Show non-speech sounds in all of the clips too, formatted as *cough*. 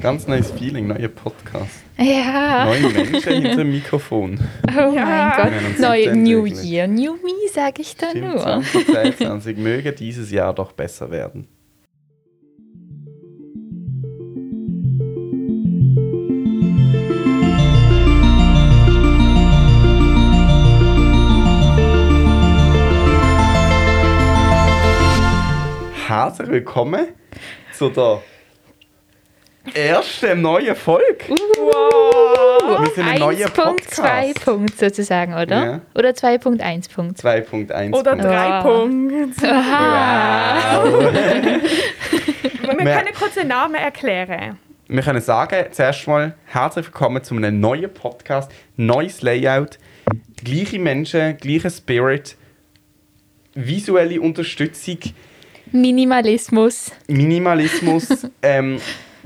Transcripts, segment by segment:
Ganz neues Feeling, neuer Podcast. Ja. Neue Menschen hinter dem Mikrofon. Oh Nein, mein und Gott. sind Neu, dann New wirklich- Year, New Me, sage ich da Stimmt, nur. 2023 möge dieses Jahr doch besser werden. Herzlich willkommen zu der ersten neuen Folge. Wow. Wir sind ein neuer Podcast. Oh, Punkt sozusagen, oder? Ja. Oder 2.1 Punkt. 2.1. Oder Punkt. drei Ah. Punkte. Wow. Wir Mehr- können kurz den Namen erklären. Wir können sagen, zuerst mal herzlich willkommen zu einem neuen Podcast, neues Layout, gleiche Menschen, gleicher Spirit, visuelle Unterstützung, Minimalismus. *laughs* Minimalismus, ähm,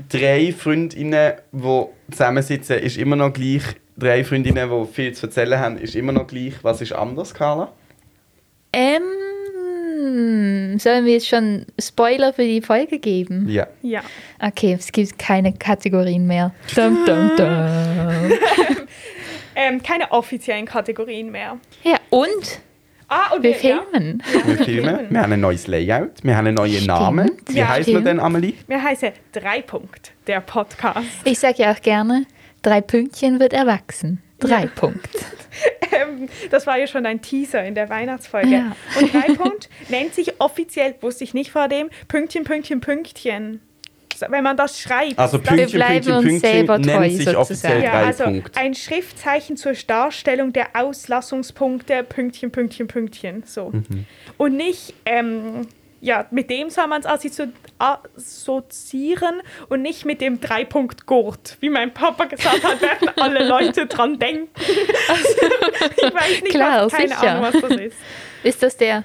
drei Freundinnen, die zusammensitzen, ist immer noch gleich, drei Freundinnen, die viel zu erzählen haben, ist immer noch gleich. Was ist anders, Carla? Ähm, sollen wir jetzt schon Spoiler für die Folge geben? Ja. Ja. Okay, es gibt keine Kategorien mehr. Dum, dum, *laughs* dum. Ähm, keine offiziellen Kategorien mehr. Ja, und Ah, und wir ja. filmen. Wir *laughs* filmen, wir haben ein neues Layout, wir haben einen neuen Namen. Wie Ja, heißt man stimmt. denn, Amelie? Wir heißen drei Punkt, der Podcast. Ich sage ja auch gerne, drei Pünktchen wird erwachsen. Drei Punkt. Ähm, das war ja schon ein Teaser in der Weihnachtsfolge. Ja. Und drei Punkt nennt sich offiziell, wusste ich nicht vor dem, Pünktchen, Pünktchen, Pünktchen. So, Wenn man das schreibt. Also dann- Pünktchen, bleiben Pünktchen, uns Pünktchen selber treu, nennt sich offiziell sozusagen. ja, Äh, drei also Punkte. ein Schriftzeichen zur Darstellung der Auslassungspunkte, Pünktchen, Pünktchen, Pünktchen. So. Mhm. Und nicht, ähm, ja, mit dem soll man es assozi assoziieren und nicht mit dem Drei-Punkt-Gurt. Wie mein Papa gesagt hat, werden alle Leute dran denken. *laughs* Also, ich weiß nicht, Klar, was, keine sicher. Ahnung, was das ist. Ist das der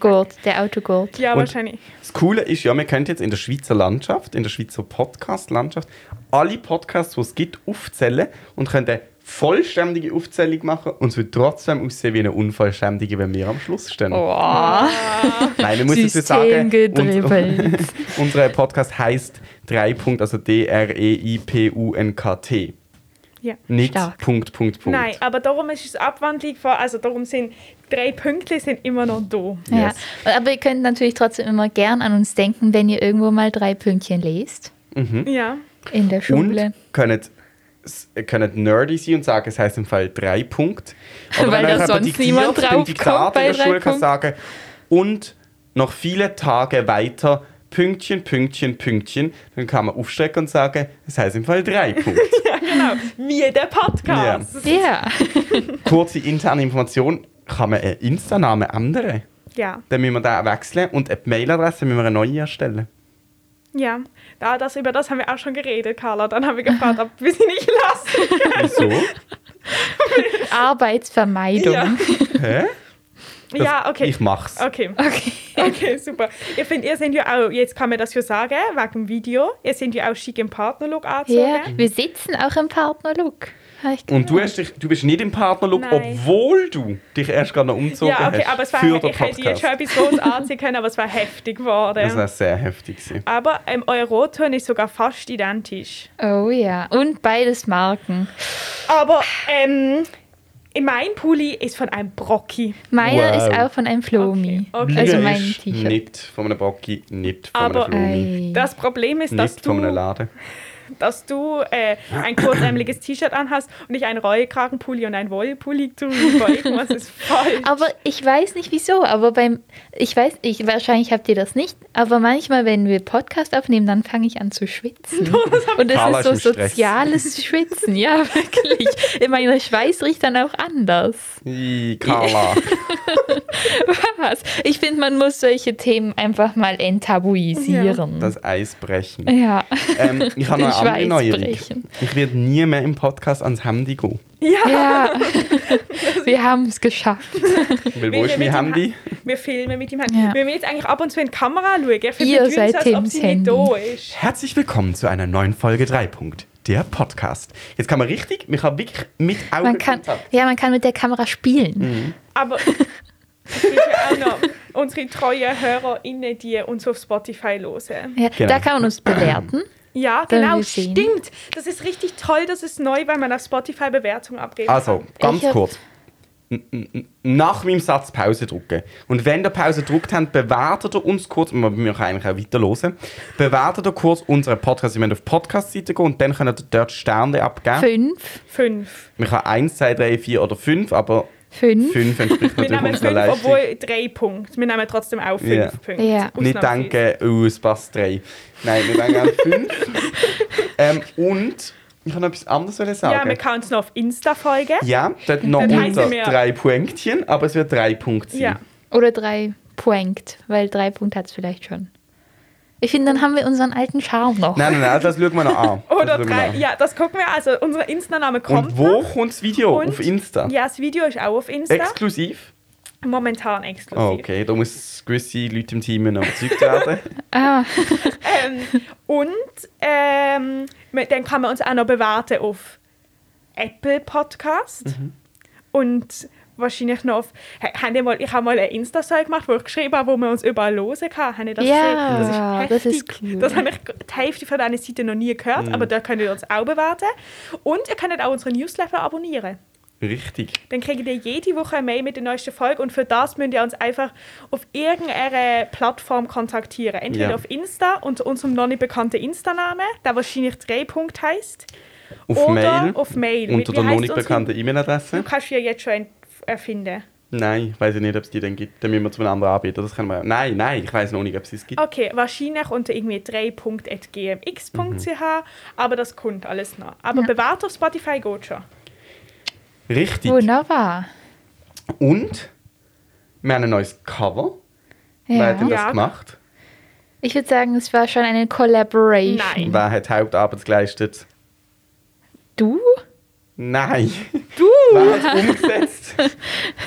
Gurt, der Autogurt? Ja, Und- wahrscheinlich. Das Coole ist ja, wir können jetzt in der Schweizer Landschaft, in der Schweizer Podcast-Landschaft, alle Podcasts, die es gibt, aufzählen und können eine vollständige Aufzählung machen und es wird trotzdem aussehen wie eine unvollständige, wenn wir am Schluss stehen. Oh. Nein, wir müssen es jetzt sagen, Systemgedribbelt. uns- *laughs* unser Podcast heißt 3. Punkt, also D-R-E-I-P-U-N-K-T. Ja. Nicht Stark. Punkt, Punkt, Punkt. Nein, aber darum ist es abwandlig vor, also darum sind drei Pünktchen sind immer noch *laughs* da. Ja. Yes. Aber ihr könnt natürlich trotzdem immer gern an uns denken, wenn ihr irgendwo mal drei Pünktchen lest. Mhm. Ja. In der Schule. Und können, s- können nerdy sein und sagen, es heißt im Fall drei *laughs* Punkte. Oder Weil wenn ja euch sonst diktiert, niemand beim draufkommt Diktat bei in der drei Schule kann Punkt. sagen, und noch viele Tage weiter Pünktchen, Pünktchen, Pünktchen, dann kann man aufstrecken und sagen, es heißt im Fall drei *laughs* Punkte. Genau, wie der Podcast. Ja. Kurze interne Information, kann man einen Insta-Namen ändern? Ja, Dann müssen wir den wechseln und eine Mailadresse müssen wir eine neue *laughs* erstellen. ja. Da, das, über das haben wir auch schon geredet, Carla. Dann haben wir gefragt, ob wir sie nicht lassen. Wieso? *laughs* Arbeitsvermeidung. Ja. Hä? Das- ja, okay. Ich mach's. Okay. Okay. Okay, super. Ich finde, ihr seid ja auch, jetzt kann man das ja sagen, wegen dem Video, ihr seid ja auch schick im Partnerlook angezogen. Ja, wir sitzen auch im Partnerlook. Hab ich Und du, hast dich, du bist nicht im Partnerlook, Nein. obwohl du dich erst gerade noch umgezogen Ja, okay, hast aber es war, halt, für den ich hätte jetzt Podcast. schon etwas rot anziehen können, aber es war heftig Das geworden. war sehr heftig. gewesen. Aber ähm, euer Rotton ist sogar fast identisch. Oh ja. Und beides Marken. Aber ähm, mein Pulli ist von einem Brocki. Meiner Wow. ist auch von einem Flomi. Okay, okay. Also Liebe mein ist T-Shirt. Nicht von einem Bocki, nicht von Aber- einem Flumi, Ei. Das Problem ist, dass nicht von einem du Laden. dass du äh, ein kurzärmeliges T-Shirt anhast und ich einen Rollkragenpulli und einen Wollpulli drüber. Irgendwas ist falsch. Aber ich weiß nicht wieso, aber beim, ich weiß, ich, wahrscheinlich habt ihr das nicht, aber manchmal, wenn wir Podcast aufnehmen, dann fange ich an *laughs* zu schwitzen. Oh, Und Carla das ist ist so im Stress. soziales Schwitzen, ja, *laughs* wirklich. Ich meine, der Schweiß riecht dann auch anders. Ih, *laughs* Carla. Was? Ich finde, man muss solche Themen einfach mal enttabuisieren. Ja. Das Eis brechen. Ähm, ich *laughs* habe Den noch eine andere Schweiß Neuerung. brechen. Ich werde nie mehr im Podcast ans Handy gehen. ja, Ja, *laughs* wir haben es geschafft. Weil Weil wo ist mein wir mit dem Handy? Ha- wir filmen mit dem Handy. Ja. Wir müssen jetzt eigentlich ab und zu in die Kamera schauen. Ich Ihr finde, seid als ob Tims sie nicht Handy. da ist. Herzlich willkommen zu einer neuen Folge 3. Punkt. Der Podcast. Jetzt kann man richtig, man kann wirklich mit Man kann, Augenkontakt. ja, man kann mit der Kamera Mhm. spielen. Aber es gibt ja auch noch unsere treuen HörerInnen, die uns auf Spotify hören. Ja, Genau. Da kann man uns bewerten. Ja, Dann genau, wir sehen. stimmt. Das ist richtig toll, das ist neu, weil man auf Spotify Bewertungen abgeben Also, ganz Ich hab- kurz. N- n- n- Nach meinem Satz Pause drücken. Und wenn ihr Pause gedrückt habt, bewertet ihr uns kurz, wir müssen eigentlich auch weiterhören, bewertet ihr kurz unseren Podcast. Ihr müsst auf die Podcast-Seite gehen und dann könnt ihr dort Sterne abgeben. Fünf. kann. Fünf. Man kann 1, 2, 3, 4 oder 5, aber Fünf. 5 entspricht Wir natürlich nehmen unserer fünf, Leistung. obwohl drei Punkte. Wir nehmen trotzdem auch fünf Ja. Punkte. Ja. Nicht Ausnahmsweise. denken, oh, es passt 3. Nein, wir denken an *laughs* 5. ähm, und ich kann noch etwas anderes wollen Ja, sagen. wir können uns noch auf Insta folgen. Ja, dort noch Dann heißen unter wir- 3 Punktchen, aber es wird 3 Punkte sein. Ja. Oder drei Point, weil drei Punkte hat es vielleicht schon. Ich finde, dann haben wir unseren alten Charme noch. Nein, nein, nein, das schauen wir noch *laughs* an. Das Oder schauen wir drei. noch an. Ja, das gucken wir. Also, unser Insta-Name kommt. Und wo noch. kommt das Video? Und- Auf Insta? Ja, das Video ist auch auf Insta. Exklusiv? Momentan exklusiv. Ah, okay, da muss gewisse Leute im Team noch überzeugt werden. *laughs* Ah, Ähm, und ähm, mit- dann kann man uns auch noch bewerten auf Apple Podcast und wahrscheinlich noch auf. H- habt ihr mal, ich habe mal eine insta story gemacht, wo ich geschrieben habe, wo man uns überall hören kann. Habt ihr das Ja, gesehen? das ist heftig. cool. Das habe ich die Hälfte von deiner Seite noch nie gehört, aber da könnt ihr uns auch bewerten. Und ihr könnt auch unseren Newsletter abonnieren. Richtig. Dann kriegt ihr jede Woche eine Mail mit der neuesten Folge und für das müsst ihr uns einfach auf irgendeiner Plattform kontaktieren. Entweder Ja. auf Insta unter unserem noch nicht bekannten Insta-Namen, der wahrscheinlich Drehpunkt heißt. Auf Oder Mail. auf Mail. Unter Wie der noch heisst nicht unsere- bekannten E-Mail-Adresse. Du kannst ja jetzt schon ein- erfinden. Nein, ich weiß ja nicht, ob es die dann gibt. Dann müssen wir zu einem anderen Anbieter. Das können wir. Nein, nein, ich weiß noch nicht, ob es es gibt. Okay, wahrscheinlich unter irgendwie drehpunkt.gmx.ch, aber das kommt alles noch. Aber Ja. bewahrt auf Spotify geht schon. Richtig. wunderbar. Und wir haben ein neues Cover. Wer hat denn Ja. das Ja. gemacht? Ich würde sagen, es war schon eine Collaboration. Nein. Wer hat Hauptarbeit geleistet? Du? Nein. Du! Wer hat umgesetzt? *laughs*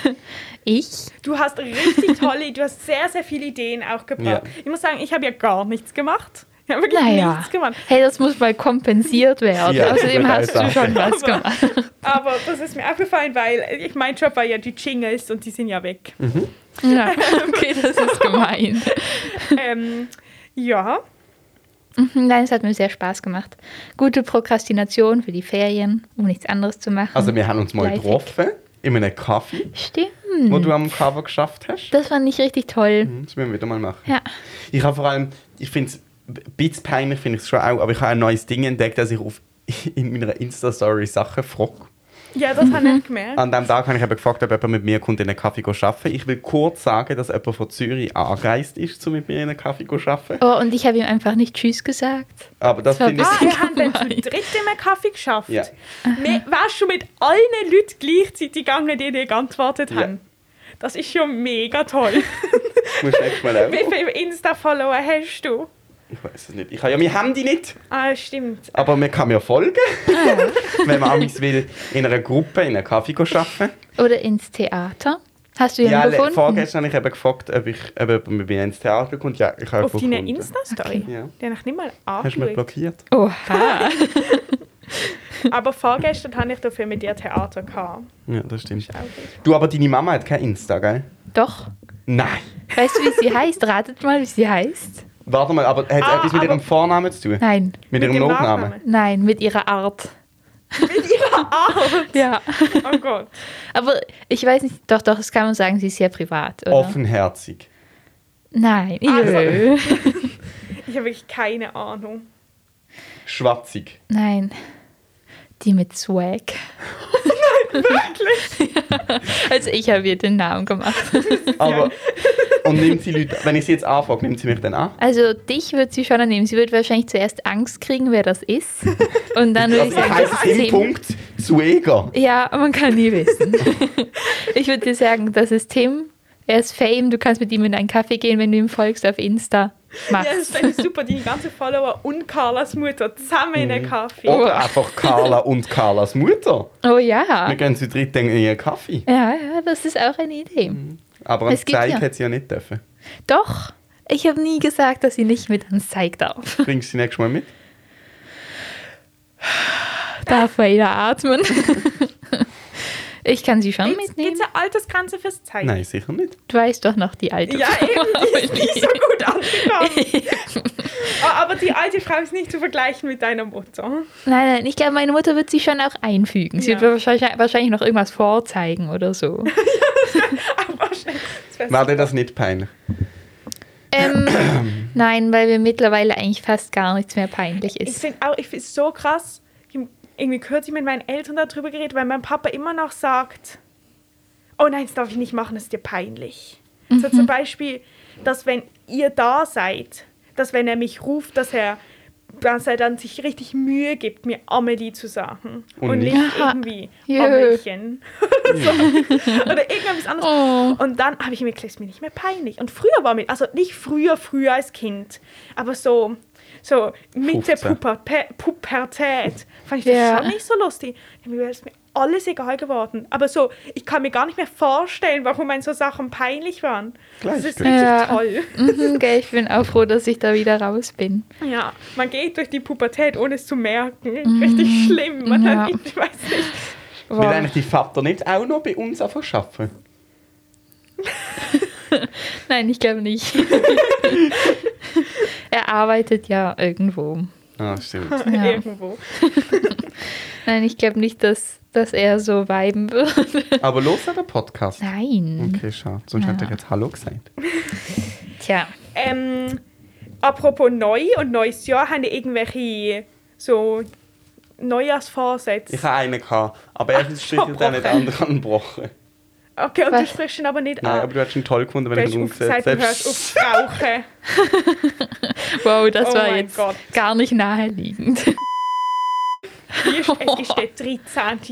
Ich? Du hast *laughs* richtig tolle, du hast sehr, sehr viele Ideen auch gebracht. Ja. Ich muss sagen, ich habe ja gar nichts gemacht. Ich habe wirklich Naja. nichts gemacht. Hey, das muss mal kompensiert werden. Ja, das Außerdem wird hast du alles schon was Aber- gemacht. Aber das ist mir aufgefallen, weil ich mein Job war ja die Jingles und die sind ja weg. Mhm. Ja, okay, das ist gemein. ähm, ja, Nein, es hat mir sehr Spaß gemacht. Gute Prokrastination für die Ferien, um nichts anderes zu machen. Also wir haben uns mal Live. getroffen in einem Kaffee, Stimmt. wo du am Cover geschafft hast. Das fand ich richtig toll. Das müssen wir wieder mal machen. Ja. Ich habe vor allem, ich finde es ein bisschen peinlich, finde ich es schon auch, aber ich habe ein neues Ding entdeckt, dass ich auf *laughs* in meiner Insta-Story Sachen frage. ja, das habe ich gemerkt. Ah, An dem Tag habe ich eben gefragt, ob jemand mit mir kommt in einen Kaffee go arbeiten. Ich will kurz sagen, dass jemand von Zürich angereist ist, um mit mir in einen Kaffee go arbeiten. Oh, und ich habe ihm einfach nicht Tschüss gesagt. Aber das Das finde war Ah, ich... wir haben dann zu dritt immer Kaffee geschafft. Ja. Wir waren schon mit allen Leuten gleichzeitig gegangen, die dir geantwortet Ja. haben. Das ist schon *laughs* mega toll. Muss ich echt mal auch. Wie viele Insta-Follower hast du? Ich weiß es nicht. Ich habe ja mein Handy nicht, Ah, stimmt. aber man kann mir folgen, *laughs* wenn man amigs will, in einer Gruppe in einen Kaffee go arbeiten. Oder ins Theater. Hast du ihn Ja, le- gefunden? vorgestern habe ich eben gefragt, ob ich ob jemand mit mir ins Theater kommt. Ja, ich habe Auf jemanden deiner gefunden. Insta-Story? Okay. Ja. Den habe ich nicht mal Hast du mich angeschaut. blockiert? Oh. Oha. Aber vorgestern hatte ich dafür mit dir Theater. Gehabt. *laughs* Ja, das stimmt. Auch gut. Du, aber deine Mama hat kein Insta, gell? *laughs* Doch. Nein. Weißt du, wie sie heißt? Ratet mal, wie sie heißt. Warte mal, aber hat es Ah, etwas mit aber- ihrem Vornamen zu tun? Nein. Mit, ihrem dem Nachnamen? Nachnamen. Nein, mit ihrer Art. Mit ihrer Art? Ja. Ah, Oh Gott. Aber ich weiß nicht, doch, doch, das kann man sagen, sie ist sehr privat, oder? Offenherzig. Nein, Also- also. Ich habe wirklich *laughs* keine Ahnung. Schwatzig. Nein. Die mit Swag. Wirklich? also ich habe ihr den Namen gemacht. Aber, und nimmt sie Leute, wenn ich sie jetzt anfrage, nimmt sie mich dann an? Also dich wird sie schon annehmen. Sie wird wahrscheinlich zuerst Angst kriegen, wer das ist. Und dann würde Also ich sagen, heißt das es ist im Tim. Punkt Zueger. Ja, man kann nie wissen. *laughs* ich würde dir sagen, das ist Tim. Er ist Fame. Du kannst mit ihm in einen Kaffee gehen, wenn du ihm folgst auf Insta. Mach's. Ja, das ist eigentlich super, die ganzen Follower und Carlas Mutter zusammen in den Kaffee. Oder einfach Carla und Carlas Mutter. Oh Wir ja. gehen zu dritt in ihren Kaffee. Ja, ja, das ist auch eine Idee. Aber ans Es gibt Zeig ja- hat sie ja nicht dürfen. Doch, ich habe nie gesagt, dass sie nicht mit ans Zeig darf. Bringst du sie nächstes Mal mit? Darf jeder atmen. *laughs* Ich kann sie schon mitnehmen. Gibt es eine Altersgrenze fürs Zeigen? Nein, sicher nicht. Du weißt doch noch die alte Ja, eben, die *laughs* ist nicht so gut angekommen. Ah, Aber die alte Frau ist nicht zu vergleichen mit deiner Mutter. *laughs* *laughs* Nein, nein, ich glaube, meine Mutter wird sie schon auch einfügen. Sie Ja. wird wahrscheinlich, wahrscheinlich noch irgendwas vorzeigen oder so. Aber schnell, das wär's. War dir das nicht peinlich? ähm, nein, weil mir mittlerweile eigentlich fast gar nichts mehr peinlich Ich ist. finde auch, ich finde es so krass. Ich hab irgendwie kürzlich mit meinen Eltern darüber geredet, weil mein Papa immer noch sagt, oh nein, das darf ich nicht machen, das ist dir peinlich. Mhm. So zum Beispiel, dass wenn ihr da seid, dass wenn er mich ruft, dass er, dass er dann sich richtig Mühe gibt, mir Amelie zu sagen. Und, Und nicht nicht- Aha. irgendwie Jö. Amelchen. *laughs* Oder irgendwas anderes. Oh. Und dann habe ich mir gedacht, ist mir nicht mehr peinlich. Und früher war mir, also nicht früher, früher als Kind, aber so, so Mitte 15. Pubertä- Pubertät fand ich Ja. das schon nicht so lustig. Ich hab mir gedacht, Ist mir alles egal geworden. Aber so, ich kann mir gar nicht mehr vorstellen, warum mein so Sachen peinlich waren. Das ist Gleichgültig. richtig Ja. toll. Mhm, gell, ich bin auch froh, dass ich da wieder raus bin. Ja, man geht durch die Pubertät, ohne es zu merken. Richtig schlimm. Man Mhm. Ja. hat, ich weiß nicht. Will Wow. eigentlich die Vater nicht auch noch bei uns anfangen zu arbeiten? Nein, ich glaube nicht. er arbeitet ja irgendwo. Ah, stimmt. Ja. Irgendwo. Nein, ich glaube nicht, dass, dass er so weiben *laughs* wird. Aber los an den Podcast. Nein. Okay, schade. Sonst hätte ich jetzt Hallo gesagt. Tja. Ähm, apropos neu und neues Jahr, haben die irgendwelche so Neujahrsvorsätze? Ich habe einen gehabt, aber erstens spricht schon er dann nicht gebrochen. anderen angebrochen. okay, und du Was? sprichst ihn aber nicht Nein, an. aber du hättest ihn toll gefunden, wenn Du ich hast ihn aufgesagt, du hörst umgesetzt auf zu rauchen. Wow, das Oh war mein jetzt Gott. gar nicht naheliegend. *laughs* Hier ist, es ist der 13.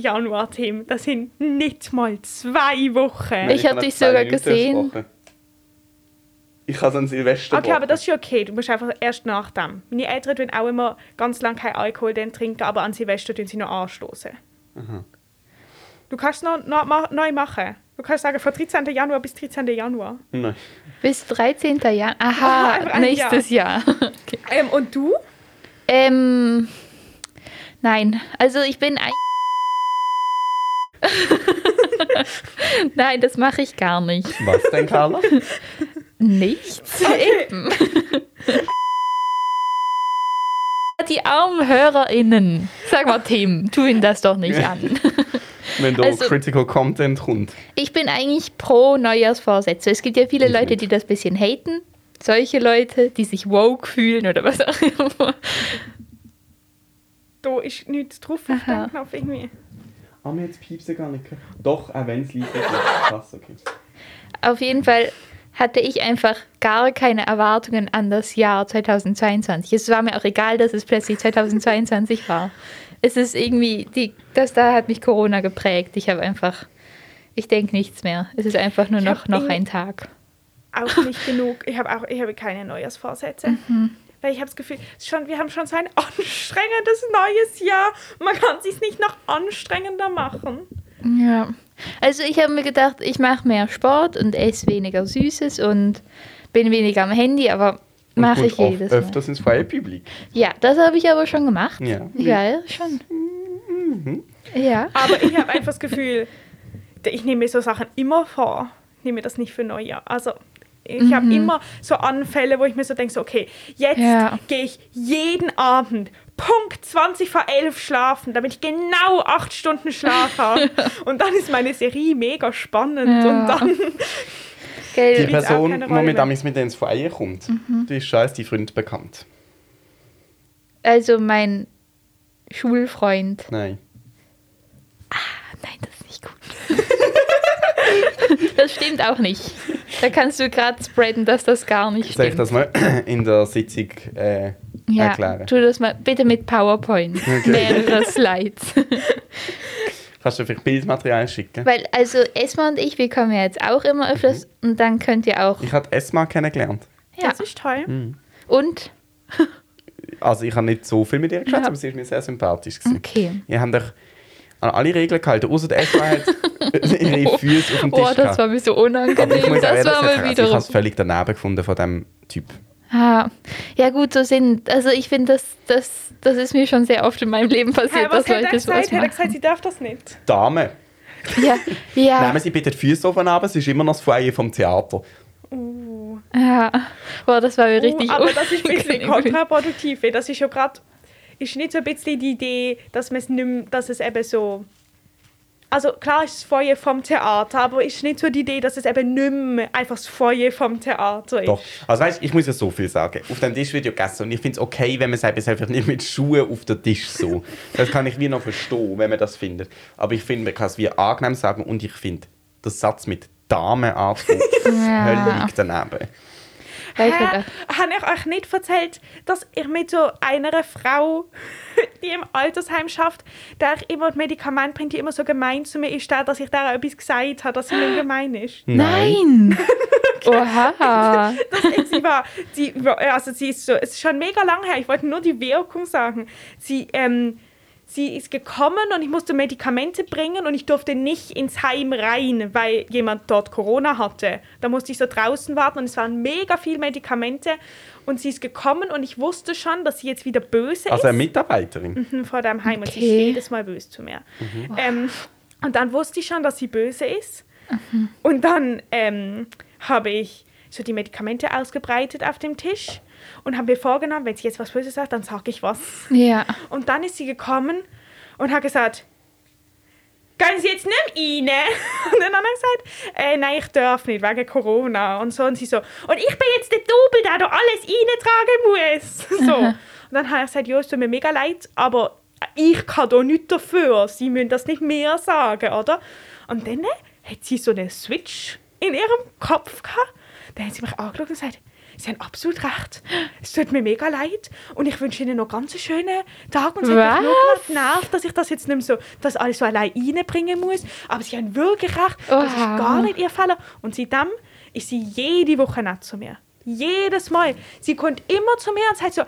Januar, Tim. Das sind nicht mal zwei Wochen. Ich hab dich sogar gesehen. Ich habe es an Silvester Okay, aber das ist ja okay. Du musst einfach erst nach dem. Meine Eltern tun auch immer ganz lange keinen Alkohol dann trinken, aber an Silvester tun sie noch anstoßen. Du kannst es noch, noch ma- neu machen. Du kannst sagen, von 13. Januar bis 13. Januar. Nein. Bis 13. Jahr. *laughs* Aha, Aha, einfach ein nächstes Jahr. *laughs* Ähm, und du? Ähm, nein, also ich bin ein. *laughs* nein, das mache ich gar nicht. Was denn, *laughs* Carla? Nichts. Eben. *laughs* Die armen HörerInnen. Sag mal, Tim, tu ihn das doch nicht an. Wenn da Also- Critical Content kommt. Ich bin eigentlich pro Neujahrsvorsätze. Es gibt ja viele Ich Leute, nicht. die das bisschen haten. Solche Leute, die sich woke fühlen oder was auch immer. Da ist nichts drauf verstanden auf irgendwie. Haben wir jetzt Ah, Piepsen gar nicht gehört? Doch, auch wenn es liegt, ist krass, okay. Auf jeden Fall hatte ich einfach gar keine Erwartungen an das Jahr 2022. Es war mir auch egal, dass es plötzlich 2022 war. Es ist irgendwie, die, das da hat mich Corona geprägt. Ich habe einfach, ich denke nichts mehr. Es ist einfach nur Ich noch, hab noch irgendwie- ein Tag. Auch nicht genug. Ich habe auch, ich habe keine Neujahrsvorsätze. Weil ich habe das Gefühl, es ist schon, wir haben schon so ein *laughs* anstrengendes neues Jahr. Man kann es sich nicht noch anstrengender machen. Ja. Also ich habe mir gedacht, ich mache mehr Sport und esse weniger Süßes und bin weniger am Handy, aber mache ich jedes Mal. Öfters ins freie Publik. Ja, das habe ich aber schon gemacht. Ja. Mhm. Ja, ja, schon. Ja. Aber ich habe einfach das Gefühl, ich nehme mir so Sachen immer vor. Ich nehme mir das nicht für Neujahr. Also ich Mhm. habe immer so Anfälle, wo ich mir so denke, so, okay, jetzt Ja. gehe ich jeden Abend Punkt 20 vor 11 schlafen, damit ich genau 8 Stunden Schlaf *laughs* habe. Und dann ist meine Serie mega spannend. Ja. Und dann Die Gell. spielt auch Person, keine die Rolle mit mehr. dem mit ins Freie kommt, Mhm. die ist schon als die Freund bekannt. Also mein Schulfreund. Nein. Nein, das ist nicht gut. *laughs* das stimmt auch nicht. Da kannst du gerade spreaden, dass das gar nicht Soll ich stimmt. das mal *clears throat* in der Sitzung äh, ja, erklären? tu das mal bitte *laughs* mit PowerPoint. Mehrere Slides. Kannst du vielleicht Bildmaterial schicken? *laughs* Weil, also Esma und ich, wir kommen ja jetzt auch immer öfters und dann könnt ihr auch. Mhm. Ich habe Esma kennengelernt. Ja. das ist toll. Und? Also ich habe nicht so viel mit ihr gesprochen, Ja. aber sie ist mir sehr sympathisch. Gewesen. Okay. Ihr habt euch an alle Regeln gehalten, außer der Esma *laughs* hat ihre Füße auf dem Tisch Oh, das gehabt. war mir so Aber ich unangenehm. muss auch Das ehrlich war sagen, also mal ich habe wiederum. es völlig daneben gefunden von dem Typ. Ah, ja gut, so sind. Also ich finde, das, das, das ist mir schon sehr oft in meinem Leben Hey, passiert, was dass hat er Leute sowas gesagt? Hat er machen. gesagt, sie darf das nicht? Dame, Ja, *laughs* ja. Nehmen Sie bitte die Füße auf es ist immer noch das Foyer vom Theater. Uh. ja. Boah, das war mir richtig uh, aber *laughs* das ist ein bisschen unangenehm. kontraproduktiv. weil Das ist ja gerade, ist nicht so ein bisschen die Idee, dass man es nicht, mehr- dass es eben so, also klar ist das Feuer vom Theater, aber ist nicht so die Idee, dass es eben nicht mehr einfach das Feuer vom Theater ist. Doch. Also weißt, ich muss ja so viel sagen. Auf dem Tisch wird ja gegessen und ich finde es okay, wenn man sagt, es ist einfach nicht mit Schuhen auf den Tisch so. Das kann ich wie noch verstehen, wenn man das findet. Aber ich finde, man kann es wie angenehm sagen und ich finde, der Satz mit Dame *laughs* anfangen, Ja. völlig daneben. Weil ich Hä? halt Habe ich euch nicht erzählt, dass ich mit so einer Frau, *laughs* die im Altersheim schafft, der ich immer die Medikamente bringt, die immer so gemein zu mir ist, dass ich da etwas gesagt habe, dass sie mir gemein ist. *laughs* Nein! Oha! Und *laughs* sie war, sie war, also sie ist so, es ist schon mega lang her, ich wollte nur die Wirkung sagen. Sie, ähm, sie ist gekommen und ich musste Medikamente bringen und ich durfte nicht ins Heim rein, weil jemand dort Corona hatte. Da musste ich so draußen warten und es waren mega viel Medikamente und sie ist gekommen und ich wusste schon, dass sie jetzt wieder böse Also ist eine Mitarbeiterin. Minuten vor deinem Heim und sie ist Okay. jedes Mal böse zu mir. Ähm, und dann wusste ich schon, dass sie böse ist. Und dann ähm, habe ich so die Medikamente ausgebreitet auf dem Tisch und habe mir vorgenommen, wenn sie jetzt was Böses sagt, dann sage ich was. Ja. Und dann ist sie gekommen und hat gesagt, Gehen Sie jetzt nicht mehr rein? *laughs* Und dann hat er gesagt, äh, nein, ich darf nicht, wegen Corona und so. Und sie so, und ich bin jetzt der Double, der da alles reintragen muss. *laughs* So. Und dann habe ich gesagt, ja, es tut mir mega leid, aber ich kann da nichts dafür. Sie müssen das nicht mehr sagen, oder? Und dann hat sie so einen Switch in ihrem Kopf gehabt. Dann hat sie mich angeschaut und gesagt, Sie haben absolut recht. Es tut mir mega leid. Und ich wünsche Ihnen noch ganz einen schönen Tag. Und sie hat mich nur Was? gerade genervt, dass ich das jetzt nicht mehr so, das alles so allein reinbringen muss. Aber sie haben wirklich recht. Das ist Oha. gar nicht ihr Fehler. Und seitdem ist sie jede Woche nett zu mir. Jedes Mal. Sie kommt immer zu mir und sagt so,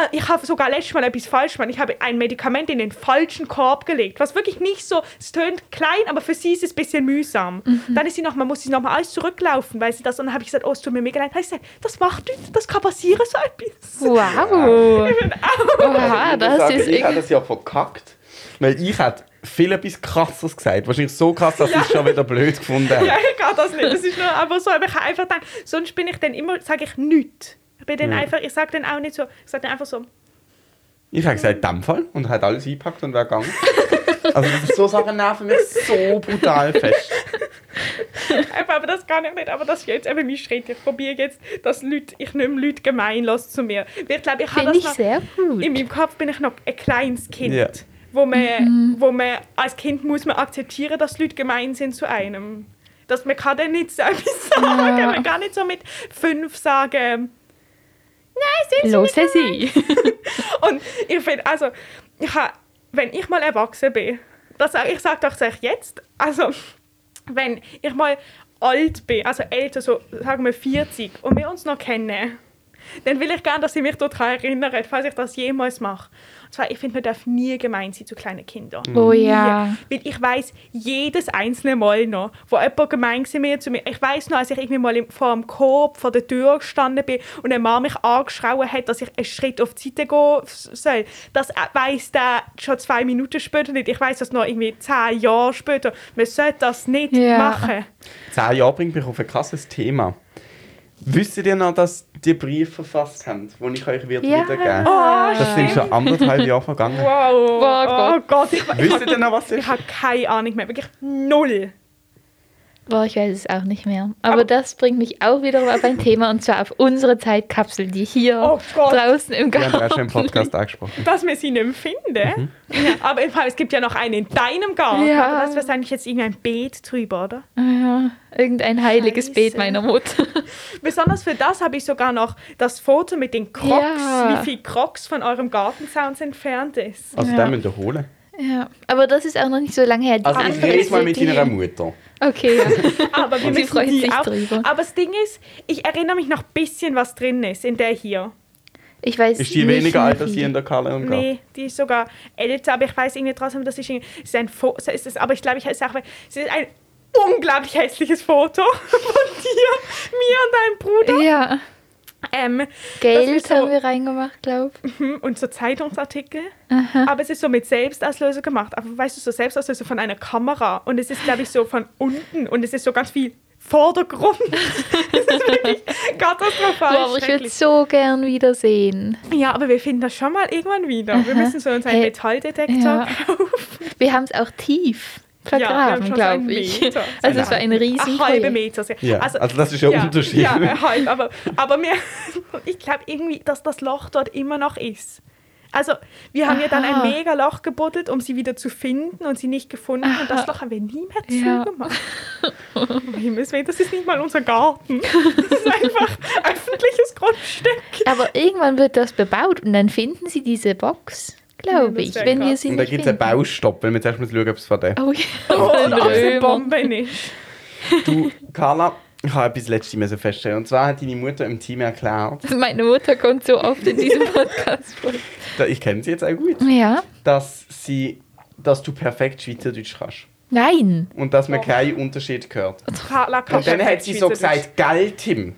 «Ah, ich habe sogar letztes Mal etwas falsch gemacht. Ich habe ein Medikament in den falschen Korb gelegt. Was wirklich nicht so, es tönt klein, aber für sie ist es ein bisschen mühsam. Mhm. Dann ist sie noch, mal, muss sie nochmal alles zurücklaufen, weil sie das, und dann habe ich gesagt, oh, es tut mir mega leid. Dann habe ich gesagt, das macht nichts, das kann passieren, so etwas. Wow! Oha, Ich muss Ah, das sagen, ist ich habe irgendwie. das ja verkackt. Weil ich hätte viel etwas krasses gesagt. Wahrscheinlich so krass, dass ich es schon wieder blöd gefunden habe. Ja, *laughs* ich kann das nicht. Das ist nur einfach so, aber ich kann einfach denken, sonst bin ich dann immer, sage ich nichts. Ich bin dann einfach, ich sage dann auch nicht so, ich sage dann einfach so, *laughs* Ich habe gesagt, in dem Fall. Und hat alles eingepackt und wäre *laughs* gegangen. also das ist so Sachen nerven mich so brutal fest. einfach, aber das kann ich nicht, aber das ist jetzt eben mein Schritt. Ich probiere jetzt, dass Leute, ich nicht mehr Leute gemein lasse zu mir. Weil Ich glaube, ich habe Finde Ah, das ich noch, sehr in gut. meinem Kopf bin ich noch ein kleines Kind. Ja. Wo man, Mhm. wo man als Kind muss man akzeptieren, dass Leute gemein sind zu einem. Dass man kann dann nicht so *laughs* etwas sagen. Man kann nicht so mit fünf sagen, nein, sind sie Los, sie! Und ich finde, also, ich ha, wenn ich mal erwachsen bin, das, sag- ich sage doch sag jetzt, also, wenn ich mal alt bin, also älter, so sagen wir 40, und wir uns noch kennen, dann will ich gerne, dass sie mich daran erinnern, falls ich das jemals mache. Und zwar, ich finde, man darf nie gemein sein zu kleinen Kindern. Oh Ja. ja. Weil ich weiß jedes einzelne Mal noch, wo jemand gemein war mir zu mir. Ich weiß noch, als ich irgendwie mal im- vor dem Korb vor der Tür gestanden bin und ein Mann mich angeschrien hat, dass ich einen Schritt auf die Seite gehen s- soll. Das äh, weiß der schon zwei Minuten später nicht. Ich weiß das noch irgendwie zehn Jahre später. Man sollte das nicht Ja. machen. Zehn Jahre bringt mich auf ein krasses Thema. Wisst ihr noch, dass die Briefe verfasst haben, die ich euch wird Ja. wiedergeben Oh, Das sind schon anderthalb Jahre vergangen. wow. Oh, Gott. Gott. *laughs* Ich, Wisst ihr noch, was ich ich... habe keine Ahnung mehr. Wirklich null. Boah, ich weiß es auch nicht mehr. Aber, das bringt mich auch wiederum auf ein Thema und zwar auf unsere Zeitkapsel, die hier Oh Gott. draußen im Wir haben ja schon Garten im Podcast angesprochen. dass wir sie nicht mehr finden. Ja, aber im Fall, es gibt ja noch einen in deinem Garten. Ja. Aber das ist eigentlich jetzt irgendein Beet drüber, oder? Ja, irgendein heiliges Scheiße. Beet meiner Mutter. Besonders für das habe ich sogar noch das Foto mit den Crocs, Ja. wie viel Crocs von eurem Gartensounds entfernt *laughs* ist. Also Ja. den müsst ihr holen. Ja, aber das ist auch noch nicht so lange her. Die Also ich andere rede ist jetzt mal mit die- deiner Mutter. Okay, ja. Aber wir Sie müssen freut die sich auch. drüber. Aber das Ding ist, ich erinnere mich noch ein bisschen, was drin ist in der hier. Ich weiß Ist die nicht weniger mehr alt als die viel. in der Kalle und Gab? Nee, die ist sogar älter, aber ich weiß irgendwie trotzdem, das ist, irgendwie, es ist ein Foto. Ist es, aber ich glaube, ich heiße auch, weil es ist ein *laughs* unglaublich hässliches Foto von dir, mir und deinem Bruder. Ja, Ähm, das Geld ist so- haben wir reingemacht, glaube ich. und so Zeitungsartikel. Aber es ist so mit Selbstauslöser gemacht. Aber weißt du, so Selbstauslöser von einer Kamera. Und es ist, glaube ich, so von unten. Und es ist so ganz viel Vordergrund. *laughs* das ist wirklich katastrophal. Wow, ich würde Ah, schrecklich. es so gern wiedersehen. ja, aber wir finden das schon mal irgendwann wieder. Wir Aha. müssen so uns einen Hey. Metalldetektor Ja. kaufen. Wir haben es auch tief vergraben, schon so einen glaube ich. Meter. Also es war ein riesen Ein halber Projekt. Meter. sehr- Ja, also das ist ja ein Unterschied. *laughs* Ja, äh, halb, aber, aber mir, *laughs* ich glaube irgendwie, dass das Loch dort immer noch ist. Also wir haben ja dann Aha. ein mega Loch gebuddelt, um sie wieder zu finden und sie nicht gefunden. Und das Loch haben wir nie mehr Ja. zugemacht. Um Himmels Willen, das ist nicht mal unser Garten. Das ist einfach *laughs* öffentliches Grundstück. Aber irgendwann wird das bebaut und dann finden sie diese Box, glaube das ich, wär wenn wir krass. sie Und da nicht gibt es einen finden. Baustopp, weil wir zuerst müssen schauen, ob es von dem. Oh, Oh, ja. und ob es eine Römer. Bombe ist. Du, Carla, ich habe etwas letztes Mal so feststellen. Und zwar hat deine Mutter im Team erklärt, Meine Mutter kommt so oft in *laughs* diesem Podcast vor. da- ich kenne sie jetzt auch gut, Ja. dass, sie, dass du perfekt Schweizerdeutsch kannst. Nein. Und dass man Oh. keinen Unterschied hört. Carla kann Und dann hat perfekt sie so Schweizerdeutsch. gesagt, gell, Tim?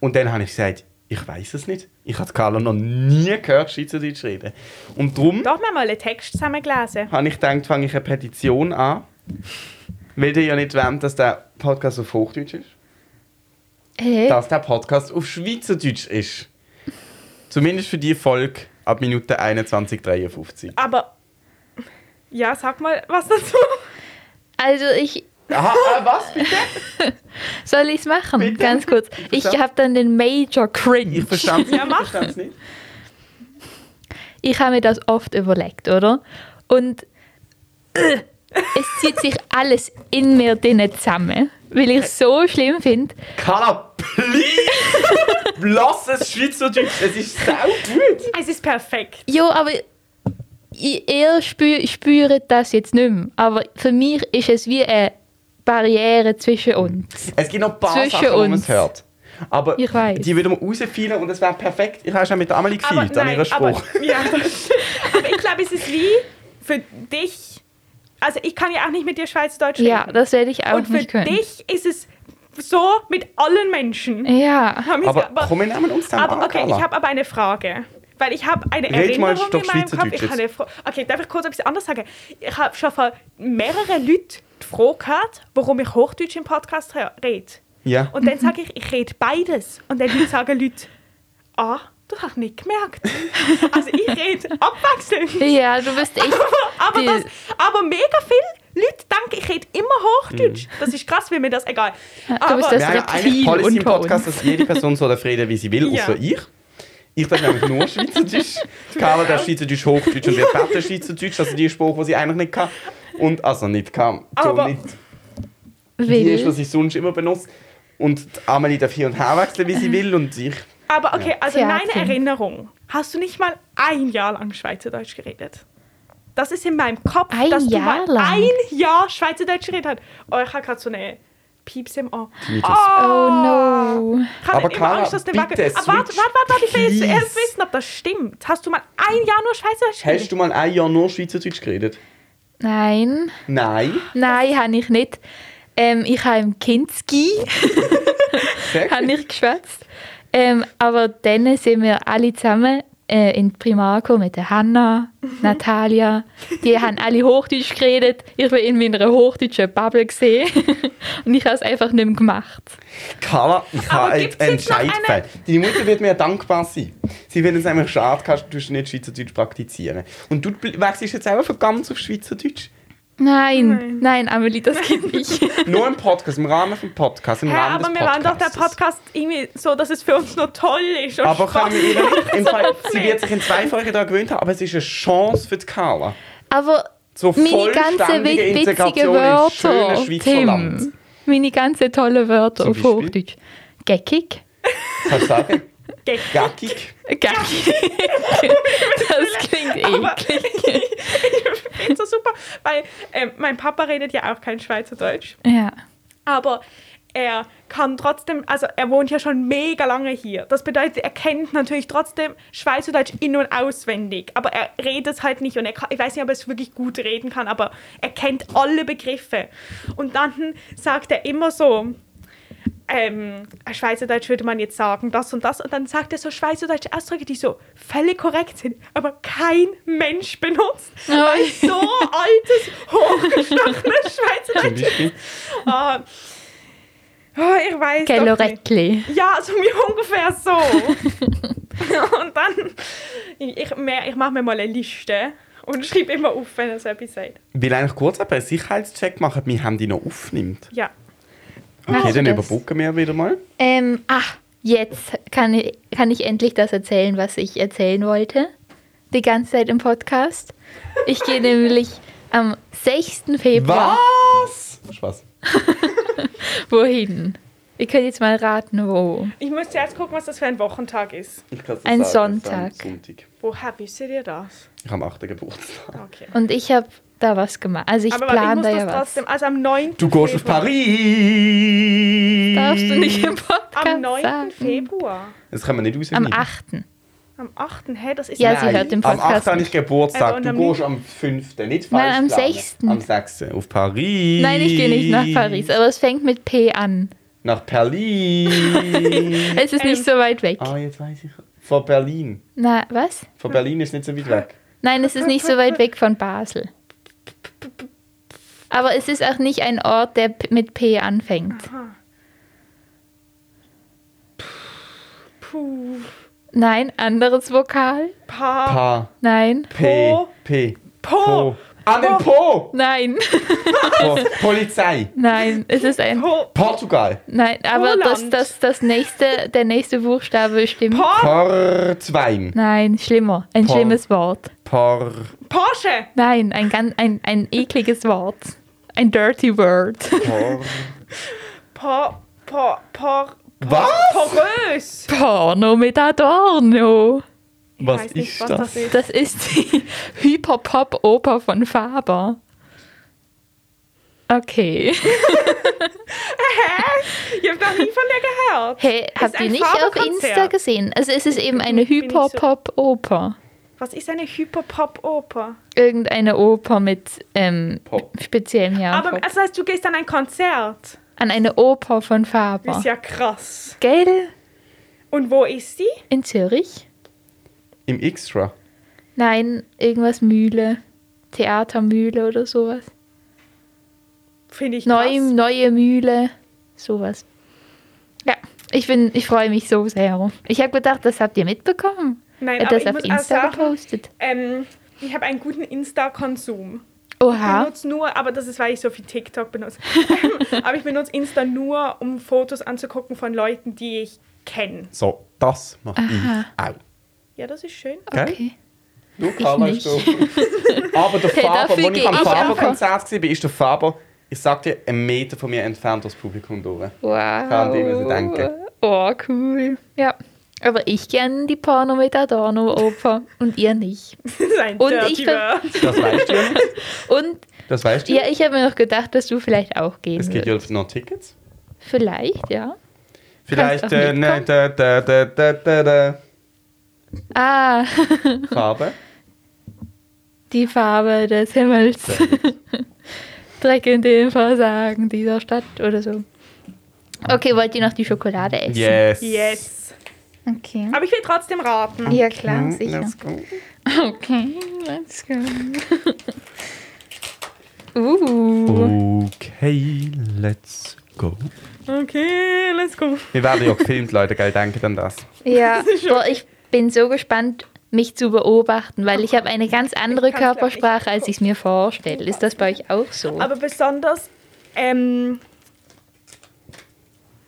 Und dann habe ich gesagt, ich weiß es nicht. Ich habe Carla noch nie gehört, Schweizerdeutsch reden. Und darum Doch, wir haben mal einen Text zusammen gelesen. habe ich gedacht, fange ich eine Petition an. Weil ihr ja nicht wollt, dass der Podcast auf Hochdeutsch ist. Hä? Dass der Podcast auf Schweizerdeutsch ist. Zumindest für die Folge ab Minute 21,53. Aber, ja, sag mal was dazu. Also ich Aha, äh, was? soll ich's machen, Bitte? ganz kurz. Ich verstand- habe dann den Major Cringe. Ich verstand es Ja, mach. nicht. Ich habe mir das oft überlegt, oder? Und äh, es zieht sich alles in mir drinnen zusammen, weil ich es so schlimm finde. Carla, *laughs* please! Lass es Schweizerdeutsch, es ist sau gut! Es ist perfekt. Ja, aber ich, ihr spü spürt das jetzt nicht mehr. Aber für mich ist es wie eine Barriere zwischen uns. Es gibt noch ein paar Zwischen Sachen, wo man uns. es hört. Aber Ich weiß. die würden wir rausfallen und es wäre perfekt. Ich habe schon mit der Amelie gefeiert an ihrem Spruch. *laughs* Aber, ja, das stimmt. aber ich glaube, es ist wie für dich. Also ich kann ja auch nicht mit dir Schweizerdeutsch reden. Ja, das werde ich auch Und für nicht können. dich ist es so mit allen Menschen. Ja. Haben wir es- Aber, komm, wir nehmen uns dann aber an, okay, Carla. ich habe aber eine Frage. Weil ich habe eine Red mal ein Erinnerung Stück in meinem Kopf. Schweizerdeutsch Ich habe eine Fra- okay, darf ich kurz etwas anderes sagen? Ich habe schon von mehreren Leuten die Frage gehabt, warum ich Hochdeutsch im Podcast re- rede. ja. Und Mhm. dann sage ich, ich rede beides. Und dann Leute sagen Leute, ah, das habe ich nicht gemerkt. *laughs* Also ich rede abwechselnd. Ja, du bist echt. *laughs* aber, die- das, aber mega viel Leute denken, ich rede immer Hochdeutsch. Das ist krass, wie mir das egal. Aber Mhm. bist wir das haben ja Reptil eigentlich Policy im unter Podcast, dass jede Person so darf reden, wie sie will, Ja. außer ich. Ich darf nämlich nur *laughs* Schweizerdeutsch. Carla darf Schweizerdeutsch, Hochdeutsch und wir beten Schweizerdeutsch. Also die Spruch, die sie eigentlich nicht kann. Und also nicht kann. So Aber- nicht die ist, was will. ich sonst immer benutze. Und die Amelie darf hier und her wechseln, wie Mhm. sie will. Und ich... aber okay, also in Tja, meiner Kind. Erinnerung hast du nicht mal ein Jahr lang Schweizerdeutsch geredet. Das ist in meinem Kopf, Ein dass Jahr du mal lang? ein Jahr Schweizerdeutsch geredet hast. Oh, ich habe gerade so eine Pieps im Ohr. Tinnitus. Oh no. Kann Aber aber immer Clara, Angst, dass eine Wacke- bitte, Aber Ah, warte, switch, warte, warte, warte, ich will jetzt please. zuerst wissen, ob das stimmt. Hast du mal ein Jahr nur Schweizerdeutsch Hast du mal ein Jahr nur Schweizerdeutsch geredet? Nein. Nein. Nein, habe ich nicht. Ähm, ich habe im Kinski Sehr *laughs* habe gut. ich geschwätzt. Ähm, aber dann sind wir alle zusammen äh, in die Primarko mit der Hanna, Mhm. Natalia. Die haben alle Hochdeutsch geredet. Ich war in meiner hochdeutschen Bubble gesehen. *laughs* Und ich habe es einfach nicht mehr gemacht. Carla, ich Aber habe einen gibt's jetzt noch Entscheidfall. Deine Mutter wird mir dankbar sein. Sie wird es nämlich schade, kannst du nicht Schweizerdeutsch praktizieren. Und du bl- wechselst jetzt auch von ganz auf Schweizerdeutsch. Nein, nein, Nein. Amelie, das geht nicht. *laughs* Nur im Podcast, im Rahmen des Podcasts. Im Hä, Rahmen aber des wir waren doch der Podcastes. Podcast irgendwie so, dass es für uns noch toll ist. Und Aber Spaß. kann wir *laughs* ihr- im Fall, sie wird sich in zwei Folgen daran gewöhnt haben, aber es ist eine Chance für die Carla. Aber So meine ganzen vollständige wit- witzigen Integration ins schöne Wörter, Schweizer Land. Tim. Meine ganzen tollen Wörter Zum auf Beispiel? Hochdeutsch. Geckig. Kannst du *laughs* sagen? Gell. Gackig. Geckig. *laughs* das klingt Aber eklig. *laughs* ich finde so super, weil ähm, mein Papa redet ja auch kein Schweizerdeutsch. Ja. Aber er kann trotzdem, also er wohnt ja schon mega lange hier. Das bedeutet, er kennt natürlich trotzdem Schweizerdeutsch in- und auswendig. Aber er redet es halt nicht und er kann, ich weiß nicht, ob er es wirklich gut reden kann, aber er kennt alle Begriffe. Und dann sagt er immer so, ähm, Schweizerdeutsch würde man jetzt sagen, das und das. Und dann sagt er so schweizerdeutsche Ausdrücke, die so völlig korrekt sind, aber kein Mensch benutzt. Weil so altes, hochgestochenes Zum Schweizerdeutsch. Beispiel. Ah. Ah, ich weiß doch nicht. Geloreckli. Ja, so mir *laughs* ungefähr *laughs* so. und dann, ich, mer- ich mache mir mal eine Liste und schreibe immer auf, wenn er so etwas sagt. Will eigentlich kurz eben einen Sicherheitscheck machen, ob mein Handy noch aufnimmt. Ja. Okay, Machst dann du das? überbrücken wir wieder mal. Ähm, ach, jetzt kann ich, kann ich endlich das erzählen, was ich erzählen wollte. Die ganze Zeit im Podcast. Ich *laughs* gehe nämlich am 6. Februar. Was? Spaß. Wohin? Ihr könnt jetzt mal raten, wo. Ich muss zuerst gucken, was das für ein Wochentag ist. Ich kann's dir Ein sagen, es ist Sonntag. am Sonntag. Woher wisst ihr das? Ich habe am 8. Geburtstag. Okay. Und ich habe da was gemacht. Also ich Aber warte, ich plane muss da das ja was. trotzdem. Also am 9. Du gehst auf Februar. Paris! *laughs* Darfst du nicht im Podcast Am 9. sagen? Februar. Das können wir nicht rausnehmen. Am 8. Am 8. Hä, das ist Ja, ja sie hört den Am 8. Podcast habe ich Geburtstag, Also, und du am gehst am 5. Nicht falsch Nein, am planen. 6.. Am 6. auf Paris. Nein, ich gehe nicht nach Paris, aber es fängt mit P an. Nach *laughs* Berlin. Es ist Ähm, nicht so weit weg. ah, jetzt weiß ich. Vor Berlin. Na, was? Vor Berlin ist nicht so weit weg. Nein, es ist nicht so weit weg von Basel. Aber es ist auch nicht ein Ort, der p- mit P anfängt. Puh. Nein, anderes Vokal. Pa. Pa. Nein, P. Po. P. Po. An den Po. nein, *laughs* Po. Polizei. nein. Es ist ein. Po. Portugal. Nein, aber das, Poland. das, das nächste, der nächste Buchstabe stimmt. Po. Porzwein. Nein, schlimmer. Ein Por- schlimmes Wort. Por. Porsche. Nein, ein, ganz, ein, ein ekliges Wort. Ein dirty word. *laughs* Por. Po. Po. Po. Was? Porös. Porno mit Adorno. Was weiß ist nicht, was das? das ist. Das ist die *laughs* Hyperpop-Oper von Faber. Okay. Ich habe noch nie von der gehört. Hey, habt ein ihr nicht auf Faber-Konzert. Insta gesehen? Also es ist eben eine bin nicht so- Hyperpop-Oper. Was ist eine Hyperpop-Oper? Irgendeine Oper mit ähm, Pop. speziellem Jahr. Aber das heißt, du gehst an ein Konzert. An eine Oper von Das Faber. ist ja krass. Gell? Und wo ist die? In Zürich? Im Extra. Nein, irgendwas Mühle. Theatermühle oder sowas. Finde ich krass. Neu, neue Mühle. Sowas. Ja, ich, bin- ich freue mich so sehr. Ich habe gedacht, das habt ihr mitbekommen. Nein, Hat aber das ich auf muss auch Insta sagen, gepostet. ähm, ich habe einen guten Insta-Konsum. Ich Oha. benutze nur, aber das ist, weil ich so viel TikTok *laughs* benutze. *laughs* aber ich benutze Insta nur, um Fotos anzugucken von Leuten, die ich kenne. So, das mache Aha. ich auch. Ja, das ist schön. *laughs* Gell? Okay. Du Carla, nicht. du. Aber der Hey, Faber, dafür wo ich gehe am ich Faber-Konzert war, ist der Faber, ich sag dir, einen Meter von mir entfernt das Publikum durch. Wow. Kann ich mir so denken. Oh, cool. Ja. Aber ich gerne die Porno mit *laughs* Adorno-Oper und ihr nicht. Das ist ein Und Dirty ich bin- Word. Das weißt du ja nicht. Und Das weißt du ja, ich habe mir noch gedacht, dass du vielleicht auch gehen Es gibt würdest. ja noch Tickets. Vielleicht, ja. Vielleicht, auch äh, ne, mitkommen. da, da, da, da, da, da. Ah, *laughs* Farbe. die Farbe des Himmels. *laughs* Dreck in dem Versagen dieser Stadt oder so. Okay, wollt ihr noch die Schokolade essen? Yes. Yes. Okay. Aber ich will trotzdem raten. Ja, klar, Hm, sicher. let's go. Okay, let's *laughs* go. Uh, Okay, let's go. Okay, let's go. Wir werden ja gefilmt, Leute, gell? Denkt an das. ja. Das ist schon- Boah, ich bin so gespannt, mich zu beobachten, weil ich habe eine ganz andere Ich kann's, glaub, nicht Körpersprache, als ich es mir vorstelle. Ist das bei euch auch so? Aber besonders ähm,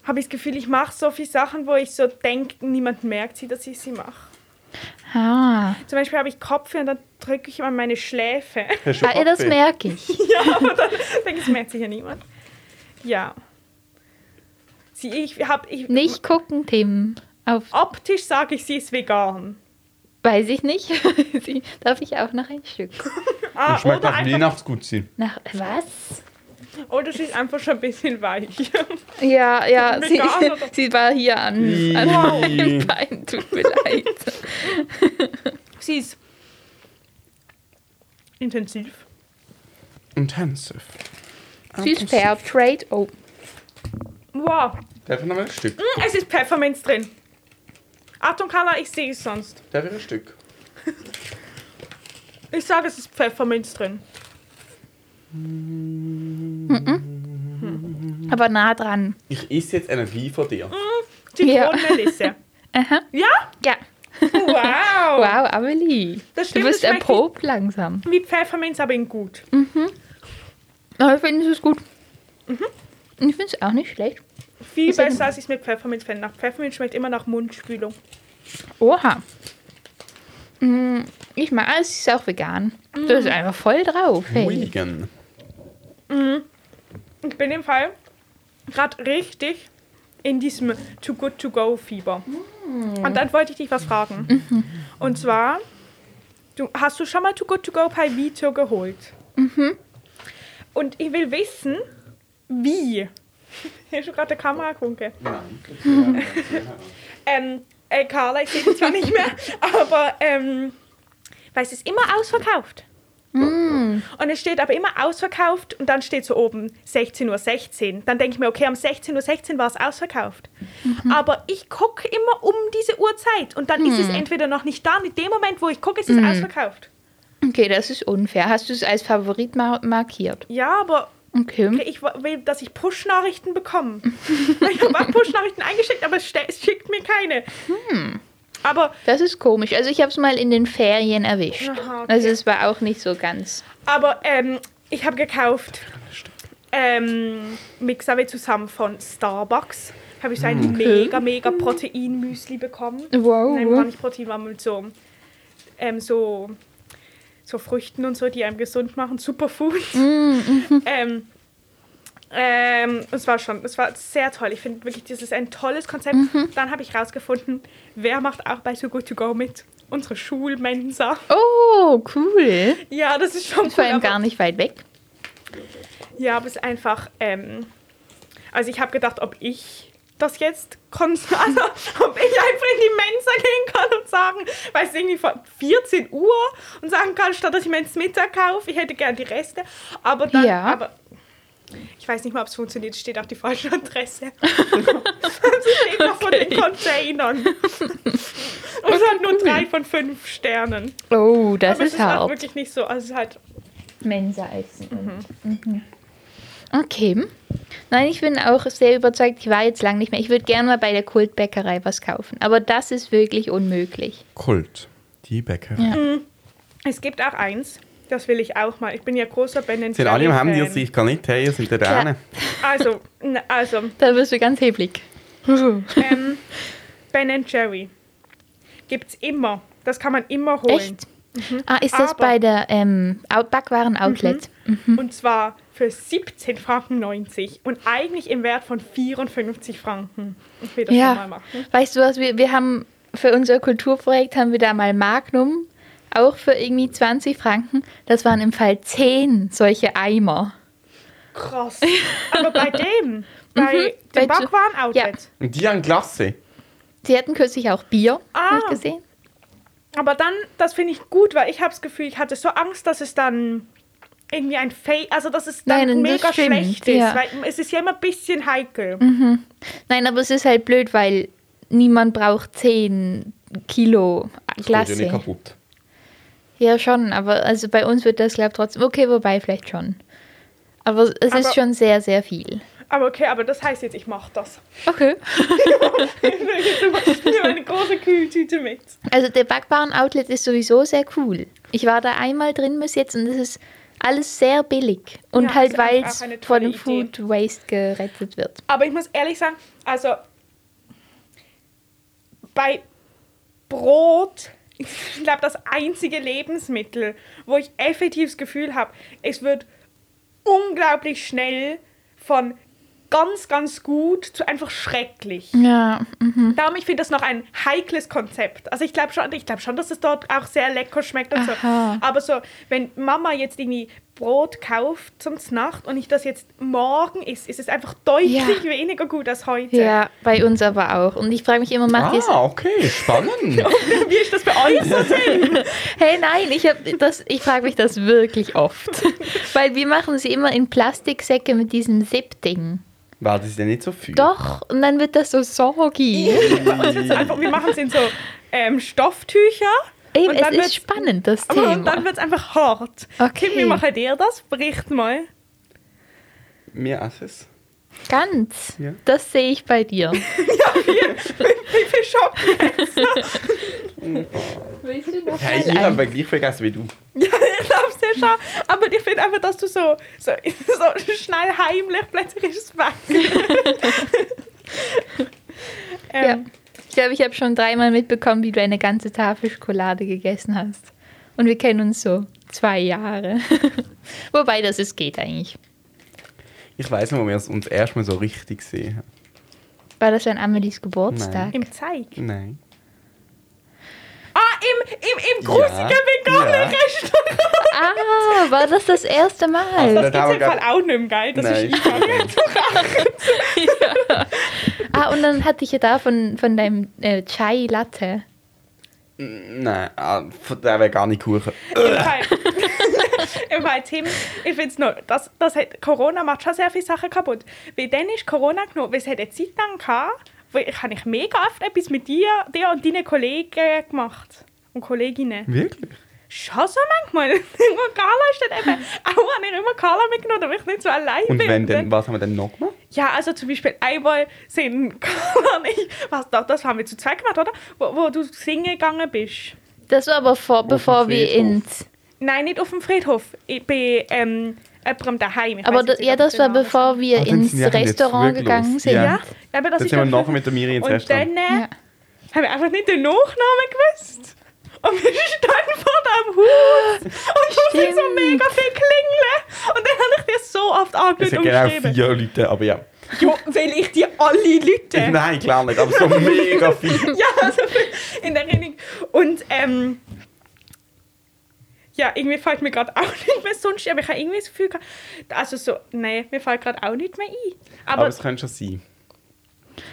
habe ich das Gefühl, ich mache so viele Sachen, wo ich so denke, niemand merkt sie, dass ich sie mache. Ah, Zum Beispiel habe ich Kopfweh und dann drücke ich immer meine Schläfe. *laughs* Hast du ah ja, das Kopfweh? merke ich. Ich denke, es merkt sich ja niemand. Ja. Sie, ich habe ich Nicht gucken, Tim. Auf, optisch sage ich, sie ist vegan. weiß ich nicht. *laughs* Sie- Darf ich auch noch ein Stück? Ah, Das schmeckt oder, nach einfach, Weihnachtsgutzin. Nach was? oder sie ist einfach schon ein bisschen weich. *laughs* Ja, ja, sie, Vegan oder- sie war hier an, an meinem Bein. Tut mir leid. sie ist intensiv. Intensive. Sie ist Fairtrade. Oh, Wow, Darf ich noch mal ein Stück? Hm, Es ist Pfefferminz drin. Achtung, Carla, ich sehe es sonst. Darf ich ein Stück? Ich sage, es ist Pfefferminz drin. Aber nah dran. Ich esse jetzt Energie von dir. Zitronenmelisse. *laughs* Aha. Ja? Ja. Wow. Wow, Amelie. Das du stimmt, wirst das schmeckt erprobt Mm. langsam. Wie Pfefferminz, aber in gut. Aber ich finde es gut. Mhm. Ich finde es auch nicht schlecht. Viel Ist ja besser, als ich es mit Pfefferminz fände. Nach Pfefferminz schmeckt immer nach Mundspülung. Oha. Mm, Ich mag es, es ist auch vegan. Mhm. Du bist einfach voll drauf. Hey. Mulligan. Ich bin im Fall gerade richtig in diesem Too Good To Go Fieber. Und dann wollte ich dich was fragen. Und zwar, du, hast du schon mal Too Good To Go bei Vito geholt? Und ich will wissen, wie. *laughs* Hier ist schon gerade der Kamerakunke. Ähm, äh, Carla, ich sehe dich zwar nicht mehr, aber ähm, weil es ist immer ausverkauft. Und es steht aber immer ausverkauft und dann steht so oben 16.16 Uhr. 16. Dann denke ich mir, okay, um 16.16 Uhr 16 war es ausverkauft. Aber ich gucke immer um diese Uhrzeit und dann ist es entweder noch nicht da. und In dem Moment, wo ich gucke, ist es ausverkauft. Okay, das ist unfair. Hast du es als Favorit mar markiert? Ja, aber Okay. okay, ich wa- will, dass ich Push-Nachrichten bekomme. *laughs* ich habe auch Push-Nachrichten eingeschickt, aber es, ste- es schickt mir keine. Aber Das ist komisch. Also ich habe es mal in den Ferien erwischt. Aha, okay. Also es war auch nicht so ganz. Aber ähm, ich habe gekauft ähm, Mixawe zusammen von Starbucks. Habe ich so ein mega, mega Protein-Müsli bekommen. Wow. Nein, war nicht Protein, war mit so, ähm, so, so Früchten und so, die einem gesund machen. Superfood. Mm, mhm. *laughs* ähm, ähm, es war schon, es war sehr toll. Ich finde wirklich, das ist ein tolles Konzept. Mhm. Dann habe ich rausgefunden, wer macht auch bei So Good To Go mit? Unsere Schulmensa. Oh, cool. *laughs* Ja, das ist schon Das war cool, eben aber- gar nicht weit weg. Ja, aber es ist einfach. Ähm, also, ich habe gedacht, ob ich das jetzt kon *laughs* also, ob ich einfach in die Mensa gehen kann und sagen, weiß irgendwie von 14 Uhr und sagen kann, statt dass ich mir ins Mittag kaufe, ich hätte gern die Reste. Aber dann, Ja. aber ich weiß nicht mal, ob es funktioniert, steht auch die *laughs* falsche Adresse. Sie steht noch von den Containern. *laughs* Und es hat nur drei von fünf Sternen. Oh, das aber es ist ist auch hart. wirklich nicht so, also es ist halt Mensa essen. Mhm. Okay. Nein, ich bin auch sehr überzeugt. Ich war jetzt lange nicht mehr. Ich würde gerne mal bei der Kultbäckerei was kaufen. Aber das ist wirklich unmöglich. Kult. Die Bäcker. Ja. Es gibt auch eins, das will ich auch mal. Ich bin ja großer Ben Sind alle im Handy und Fan. ich kann nicht hey, ihr seid der Ja. eine. Also, n- also Da wirst du ganz heblig. ähm, Ben Jerry gibt's immer. Das kann man immer holen. Echt? Ah, ist das Aber- bei der ähm, Out- Backwaren-Outlet? Und zwar für 17,90 Franken und eigentlich im Wert von 54 Franken. Ich will das schon mal Ja. machen. Weißt du was, wir, wir haben für unser Kulturprojekt haben wir da mal Magnum, auch für irgendwie 20 Franken. Das waren im Fall 10 solche Eimer. Krass. Aber bei *laughs* dem, bei Mhm. Bei dem Ju- Backwaren-Outlet. Und die haben Klasse. Sie hatten kürzlich auch Bier, Ah. habe ich gesehen. Aber dann, das finde ich gut, weil ich habe das Gefühl, ich hatte so Angst, dass es dann irgendwie ein Fake, also dass es dann Nein, das mega stimmt, schlecht ist, ja. weil es ist ja immer ein bisschen heikel. Nein, aber es ist halt blöd, weil niemand braucht 10 Kilo Das geht ja nicht Glasse. kaputt. Ja, schon, aber also bei uns wird das, glaube ich, trotzdem. Okay, wobei, vielleicht schon. Aber es Aber- ist schon sehr, sehr viel. Aber okay, aber das heißt jetzt, ich mache das. *laughs* Okay. Ich nehme jetzt zum Beispiel meine große Kühltüte mit. Also der Backwaren-Outlet ist sowieso sehr cool. Ich war da einmal drin bis jetzt und es ist alles sehr billig. Und Ja, halt, ist einfach weil es eine tolle von dem Idee. Food Waste gerettet wird. Aber ich muss ehrlich sagen, also bei Brot, ich glaube, das einzige Lebensmittel, wo ich effektiv das Gefühl habe, es wird unglaublich schnell von ganz, ganz gut zu einfach schrecklich. Ja, Darum, ich finde das noch ein heikles Konzept. Also ich glaube schon, ich glaube schon, dass es dort auch sehr lecker schmeckt und Aha. so. Aber so, wenn Mama jetzt irgendwie Brot kauft zum Nacht und ich das jetzt morgen isst, ist es einfach deutlich Ja. weniger gut als heute. ja, bei uns aber auch. Und ich frage mich immer, macht ihr es? Ah, okay, spannend. *laughs* Wie ist das bei euch so? Hey, nein, ich, hab das- ich frage mich das *laughs* wirklich oft. weil wir machen sie immer in Plastiksäcke mit diesem Zip-Ding. War das denn nicht so viel? Doch, und dann wird das so soggy. Also jetzt einfach, wir machen es in so ähm, Stofftücher. Eben, dann es wird's- ist spannend, das Aber und Thema. dann wird es einfach hart. Okay. Kim, wie macht ihr das? Bericht mal. Mir essen es. Ganz. Ja. Das sehe ich bei dir. Wie viel Schock? Ja, ich habe aber gleich vergessen wie du. *laughs* Ja, ich glaube sehr schon. Aber ich finde einfach, dass du so, so, so schnell heimlich plötzlich ist es weg. ja. ähm, Ich glaube, ich habe schon dreimal mitbekommen, wie du eine ganze Tafel Schokolade gegessen hast. Und wir kennen uns so zwei Jahre. *laughs* Wobei das es geht eigentlich. Ich weiß noch, wo wir es uns erstmal so richtig gesehen haben. War das an Amelies Geburtstag? Im Zeig. Nein. Ah, im, im, im grusigen veganen Ja. Restaurant. Ah, war das das erste Mal? Also- Das Dann haben gibt wir es im Fall gar- auch nicht mehr, gell? Das Nein. ist eingegangen. Ah, und dann hatte ich ja da von, von deinem äh, Chai Latte. Nein, ah, von der vegane Kuchen. *laughs* Im Fall, Im Fall, *laughs* Tim, ich finde es noch, das, das hat, Corona macht schon sehr viele Sachen kaputt. Weil dann ist Corona genommen, weil es hat eine Zeit lang gehabt, wo ich, habe ich mega oft etwas mit dir, dir und deinen Kollegen gemacht. Und Kolleginnen. Wirklich? Schon so manchmal. *laughs* Immer Carla ist dann eben, auch habe ich immer Carla mitgenommen, damit ich nicht so allein Und bin. wenn denn, was haben wir denn noch gemacht? Ja, also zum Beispiel einmal sind *laughs* Carla und ich, was, doch, das haben wir zu zweit gemacht, oder? Wo, wo du singen gegangen bist. Das war aber Oh, vor, bevor wir Friedhof. ins. Nein, nicht auf dem Friedhof. Ich bin ähm, jemandem daheim. Ich Aber weiss da, jetzt nicht, ja, ob ich das den war Namen sage. bevor wir Ah, dann ins sind wir jetzt Restaurant wirklich gegangen los. sind. Ja. Ja, aber das Dann ist sind wir ja nachher mit der Miri ins Und Restaurant. dann äh, Ja. haben wir einfach nicht den Nachnamen gewusst. Und wir standen vor dem Haus. Und du sind so Stimmt. mega viel klingeln. Und dann habe ich dir so Es oft angelegt sind und genau geschrieben. vier Leute, aber ja. Ja, weil ich dir alle *laughs* Leute. Nein, klar nicht, aber so mega viel. *laughs* Ja, also in der Erinnerung. Und ähm, ja, irgendwie fällt mir gerade auch *laughs* nicht mehr sonst, aber ich habe irgendwie das Gefühl, gehabt- also so, nein, mir fällt gerade auch nicht mehr ein. Aber Aber, es könnte schon sein.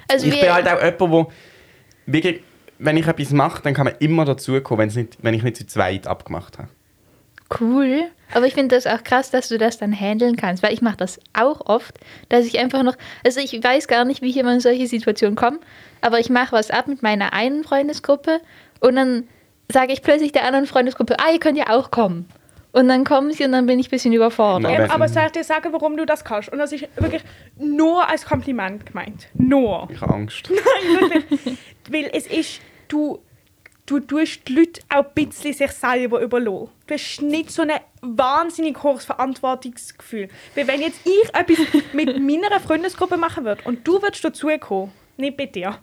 Also ich wir, bin halt auch jemand, wo wirklich, wenn ich etwas mache, dann kann man immer dazukommen, wenn's nicht, wenn ich nicht zu zweit abgemacht habe. Cool. Aber ich finde das auch krass, dass du das dann handeln kannst, weil ich mache das auch oft, dass ich einfach noch, also ich weiß gar nicht, wie ich immer in solche Situationen komme, aber ich mache was ab mit meiner einen Freundesgruppe und dann sage ich plötzlich der anderen Freundesgruppe, ah, ihr könnt ja auch kommen. Und dann kommen sie und dann bin ich ein bisschen überfordert. Nein. ähm, aber- aber soll ich dir sagen, warum du das kannst? Und das ist wirklich nur als Kompliment gemeint. Nur. Ich habe Angst. Weil es ist, du, du tust die Leute auch ein bisschen sich selber überlassen. Du hast nicht so ein wahnsinnig hohes Verantwortungsgefühl. Weil wenn jetzt ich etwas mit meiner Freundesgruppe machen würde und du würdest dazukommen, nicht bei dir,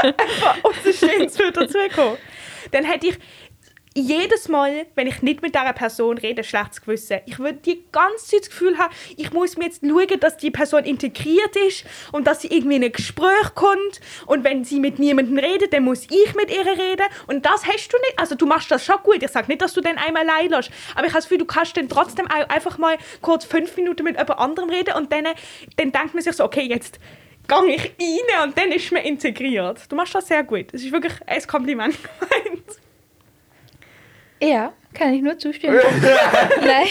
einfach unser Schönes würde dazukommen, dann hätte ich jedes Mal, wenn ich nicht mit dieser Person rede, ein schlechtes Gewissen. Ich würde die ganze Zeit das Gefühl haben, ich muss mir jetzt schauen, dass die Person integriert ist und dass sie irgendwie in ein Gespräch kommt. Und wenn sie mit niemandem redet, dann muss ich mit ihr reden. Und das hast du nicht. Also du machst das schon gut. Ich sage nicht, dass du den einmal allein lässt. Aber ich habe das Gefühl, du kannst dann trotzdem auch einfach mal kurz fünf Minuten mit jemand anderem reden und dann, dann denkt man sich so, okay, jetzt gang ich rein und dann ist man integriert. Du machst das sehr gut. Es ist wirklich ein Kompliment *laughs* gemeint. Ja, kann ich *laughs* nur zustimmen. Nein.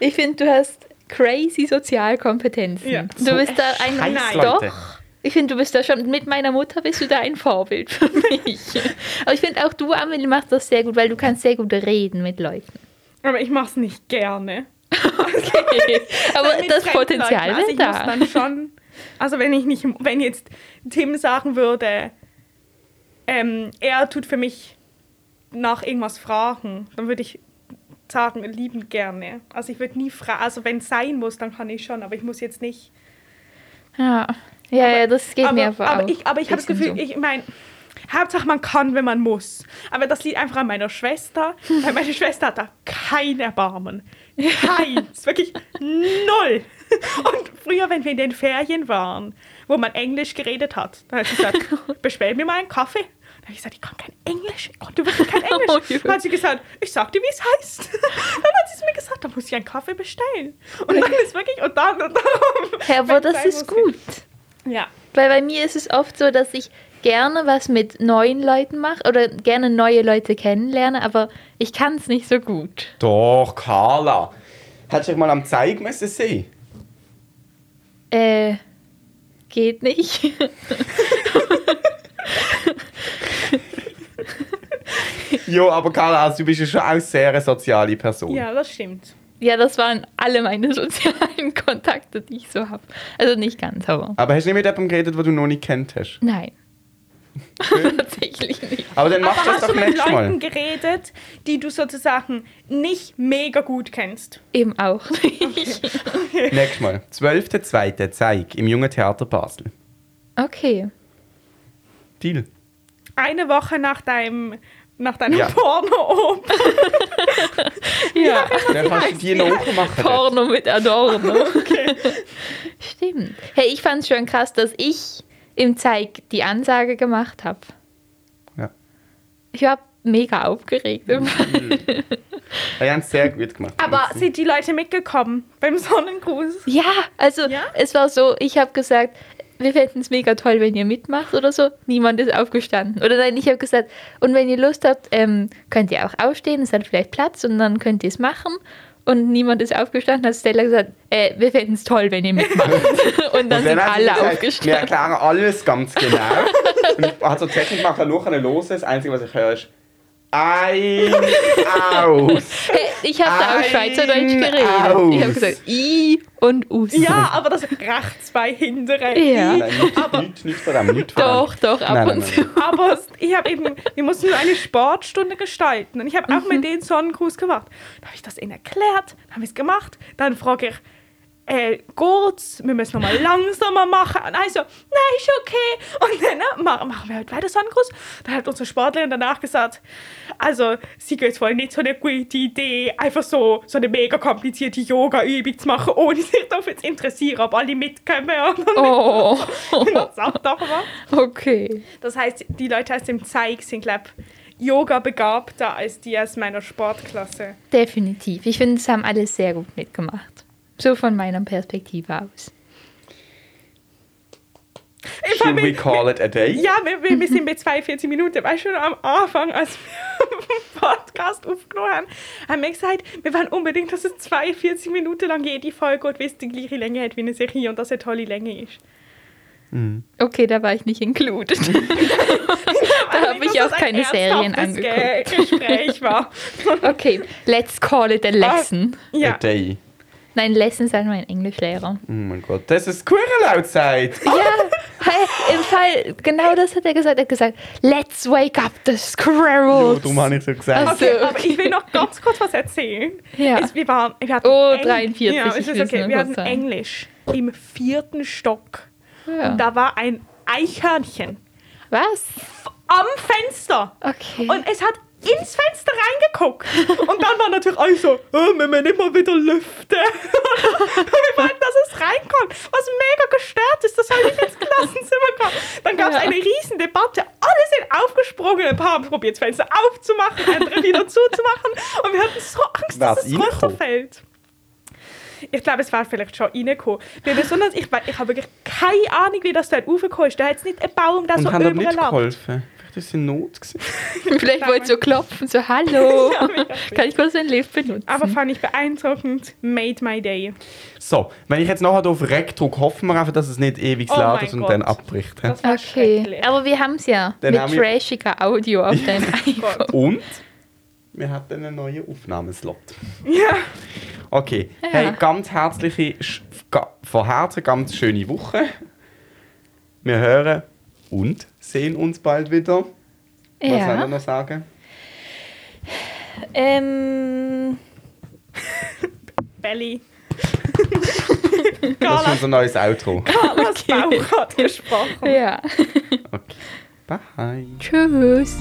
Ich finde, du hast crazy Sozialkompetenzen. Ja. Du bist da ein Scheiß, Doch. Leute. Ich finde, du bist da schon mit meiner Mutter bist du da ein Vorbild für mich. Aber ich finde auch du, Amelie, machst das sehr gut, weil du kannst sehr gut reden mit Leuten. Aber ich mache es nicht gerne. Aber *laughs* Mit Äh, das fremden Potenzial Leuten. also ist ich muss da. dann schon. Also wenn ich nicht, wenn jetzt Tim sagen würde, ähm, er tut für mich nach irgendwas fragen, dann würde ich sagen, liebend gerne. Also ich würde nie fragen, also wenn es sein muss, dann kann ich schon, aber ich muss jetzt nicht. Ja, ja, ja das geht aber, mir aber, aber auch. ich, aber ich habe das bisschen Gefühl, ich meine, Hauptsache man kann, wenn man muss. Aber das liegt einfach an meiner Schwester, *laughs* weil meine Schwester hat da kein Erbarmen. Keins, wirklich null. Und früher, wenn wir in den Ferien waren, wo man Englisch geredet hat, dann *laughs* hat sie gesagt, Oh bestell mir mal einen Kaffee. Dann habe ich gesagt, ich kann kein Englisch. Ich konnte wirklich kein Englisch. *laughs* Oh, Jürgen. dann hat sie gesagt, ich sag dir, wie es heißt. *laughs* Dann hat sie es mir gesagt, dann muss ich einen Kaffee bestellen. *laughs* Und dann ist wirklich, und dann und darum. Ja, aber Wenn's das sein ist muss. gut. Ja. Weil bei mir ist es oft so, dass ich gerne was mit neuen Leuten mache oder gerne neue Leute kennenlerne, aber ich kann es nicht so gut. Doch, Carla. Hättest du dich mal am Zeig müssen sehen Äh, geht nicht. *laughs* Jo, aber Carla, also du bist ja schon auch sehr eine soziale Person. Ja, das stimmt. ja, das waren alle meine *laughs* sozialen Kontakte, die ich so habe. Also nicht ganz, aber. Aber hast du nicht mit jemandem geredet, den du noch nicht kennt hast? Nein. *laughs* Tatsächlich nicht. Aber dann machst Aber du das hast doch du mit nächstes Leuten Mal. geredet, die du sozusagen nicht mega gut kennst? Eben auch nicht. Nächstes Mal. 12.2. Zeig im Jungen Theater Basel. Okay. Deal. Eine Woche nach deinem, nach deinem Ja. Porno. *laughs* Ja. Dann kannst du die noch machen. dort. Porno mit *laughs* Adorno. Stimmt. Hey, ich fand es schon krass, dass ich im Zeig die Ansage gemacht habe. Ja. Mhm. Ich war mega aufgeregt. Wir haben es sehr gut gemacht. Aber Merci. sind die Leute mitgekommen beim Sonnengruß? *laughs* ja, also Ja? es war so, ich habe gesagt, wir fänden es mega toll, wenn ihr mitmacht oder so. Niemand ist aufgestanden. Oder nein, ich habe gesagt, und wenn ihr Lust habt, ähm, könnt ihr auch aufstehen, es hat vielleicht Platz und dann könnt ihr es machen. Und niemand ist aufgestanden, hat Stella gesagt, äh, wir fänden es toll, wenn *laughs* ihr mitmacht. und dann, sind hat sie also alle gesagt, Wir aufgestanden. erklären alles ganz genau. Und also Technik macht er nachher los. Das Einzige, was ich höre, ist ein aus. Hey, *laughs* ich habe da auf Ein Schweizerdeutsch geredet. Ich habe Aus. gesagt, I und Us. Ja, aber das rechts bei hintere. Ja. Nein, nicht, nicht, nicht von dem, nicht von dem. Doch, doch, Nein, ab nein, und nein. zu. Aber es- ich habe eben, wir mussten so eine Sportstunde gestalten. Und ich habe auch mit denen Sonnengruß gemacht. Dann habe ich das ihnen erklärt, dann haben wir es gemacht. Dann frage ich, äh, kurz, wir müssen nochmal langsamer machen. Und also, nein, ist okay. Und dann äh, ma- machen wir halt weiter Sonnengruß. Dann hat unsere Sportlerin danach gesagt, also, sie geht es wohl nicht so eine gute Idee, einfach so, so eine mega komplizierte Yoga-Übung zu machen, ohne sich dafür zu interessieren, ob alle mitkommen. *laughs* Und *laughs* dann Oh, hat sie auch gemacht. okay. Das heißt, die Leute aus dem Zeig sind, glaube ich, yoga-begabter als die aus meiner Sportklasse. Definitiv. Ich finde, es haben alle sehr gut mitgemacht. So von meiner Perspektive aus. Ich Should we wir, call it a day? ja, wir, wir, wir sind bei 42 Minuten. Weißt du, schon am Anfang, als wir den Podcast aufgenommen haben, haben wir gesagt, wir wollen unbedingt, dass es 42 Minuten lang jede Folge geht, weil es die gleiche Länge hat wie eine Serie und dass es eine tolle Länge ist. Okay, da war ich nicht included. Da hab ich auch keine Serien Gespräch war. *laughs* Okay, let's call it a lesson. A Ja, day. Nein, lesson sagt mein Englischlehrer. Oh mein Gott, das ist Squirrel outside. *laughs* Ja, hey, im Fall, genau das hat er gesagt. Er hat gesagt, let's wake up the squirrels. Darum habe ich so gesagt. Also- Okay, aber ich will noch ganz kurz was erzählen. Ja. Es, wir waren, wir hatten Oh, Eng- 43, Ja, ich es ist will's okay. nur Wir kurz hatten sagen. Englisch im vierten Stock. Ja. Und da war ein Eichhörnchen Was? am Fenster. Okay. Und es hat ins Fenster reingeguckt. Und dann war natürlich alle so, oh, wir müssen immer wieder lüften. *laughs* Und wir wollten, dass es reinkommt. Was mega gestört ist, das habe ich ins Klassenzimmer kommen. Dann gab es Ja. eine riesen Debatte. Alle sind aufgesprungen. Ein paar haben probiert, das Fenster aufzumachen, andere wieder zuzumachen. Und wir hatten so Angst, War's dass es reingekommen? runterfällt. Ich glaube, es war vielleicht schon reingekommen. Weil besonders, ich, we- ich habe wirklich keine Ahnung, wie das dort raufgekommen ist. Da hat es nicht ein Baum, der Und so haben aber nicht überlag. geholfen. Vielleicht ist sie in Not gewesen. Vielleicht wollte so klopfen, so hallo. *laughs* Ja, mega schön. Kann ich kurz den Lift benutzen? Aber fand ich beeindruckend. Made my day. So, wenn ich jetzt nachher hier auf Rec drücke, hoffen wir einfach, dass es nicht ewig Oh ladet mein und Gott. dann abbricht. hä? Das war Okay, schrecklich. aber wir haben es ja Dann mit haben wir- trashiger Audio auf deinem Oh iPhone. *laughs* Und wir hatten einen neuen Aufnahmeslot. Ja. Okay, hey, ganz herzliche, sch- ga- von Herzen ganz schöne Woche. Wir hören und sehen uns bald wieder. Was wollen wir Ja. noch sagen? Ähm, Belly. Das ist Carla unser neues Outro. Bauch hat gesprochen. ja. Okay. Bye. Tschüss.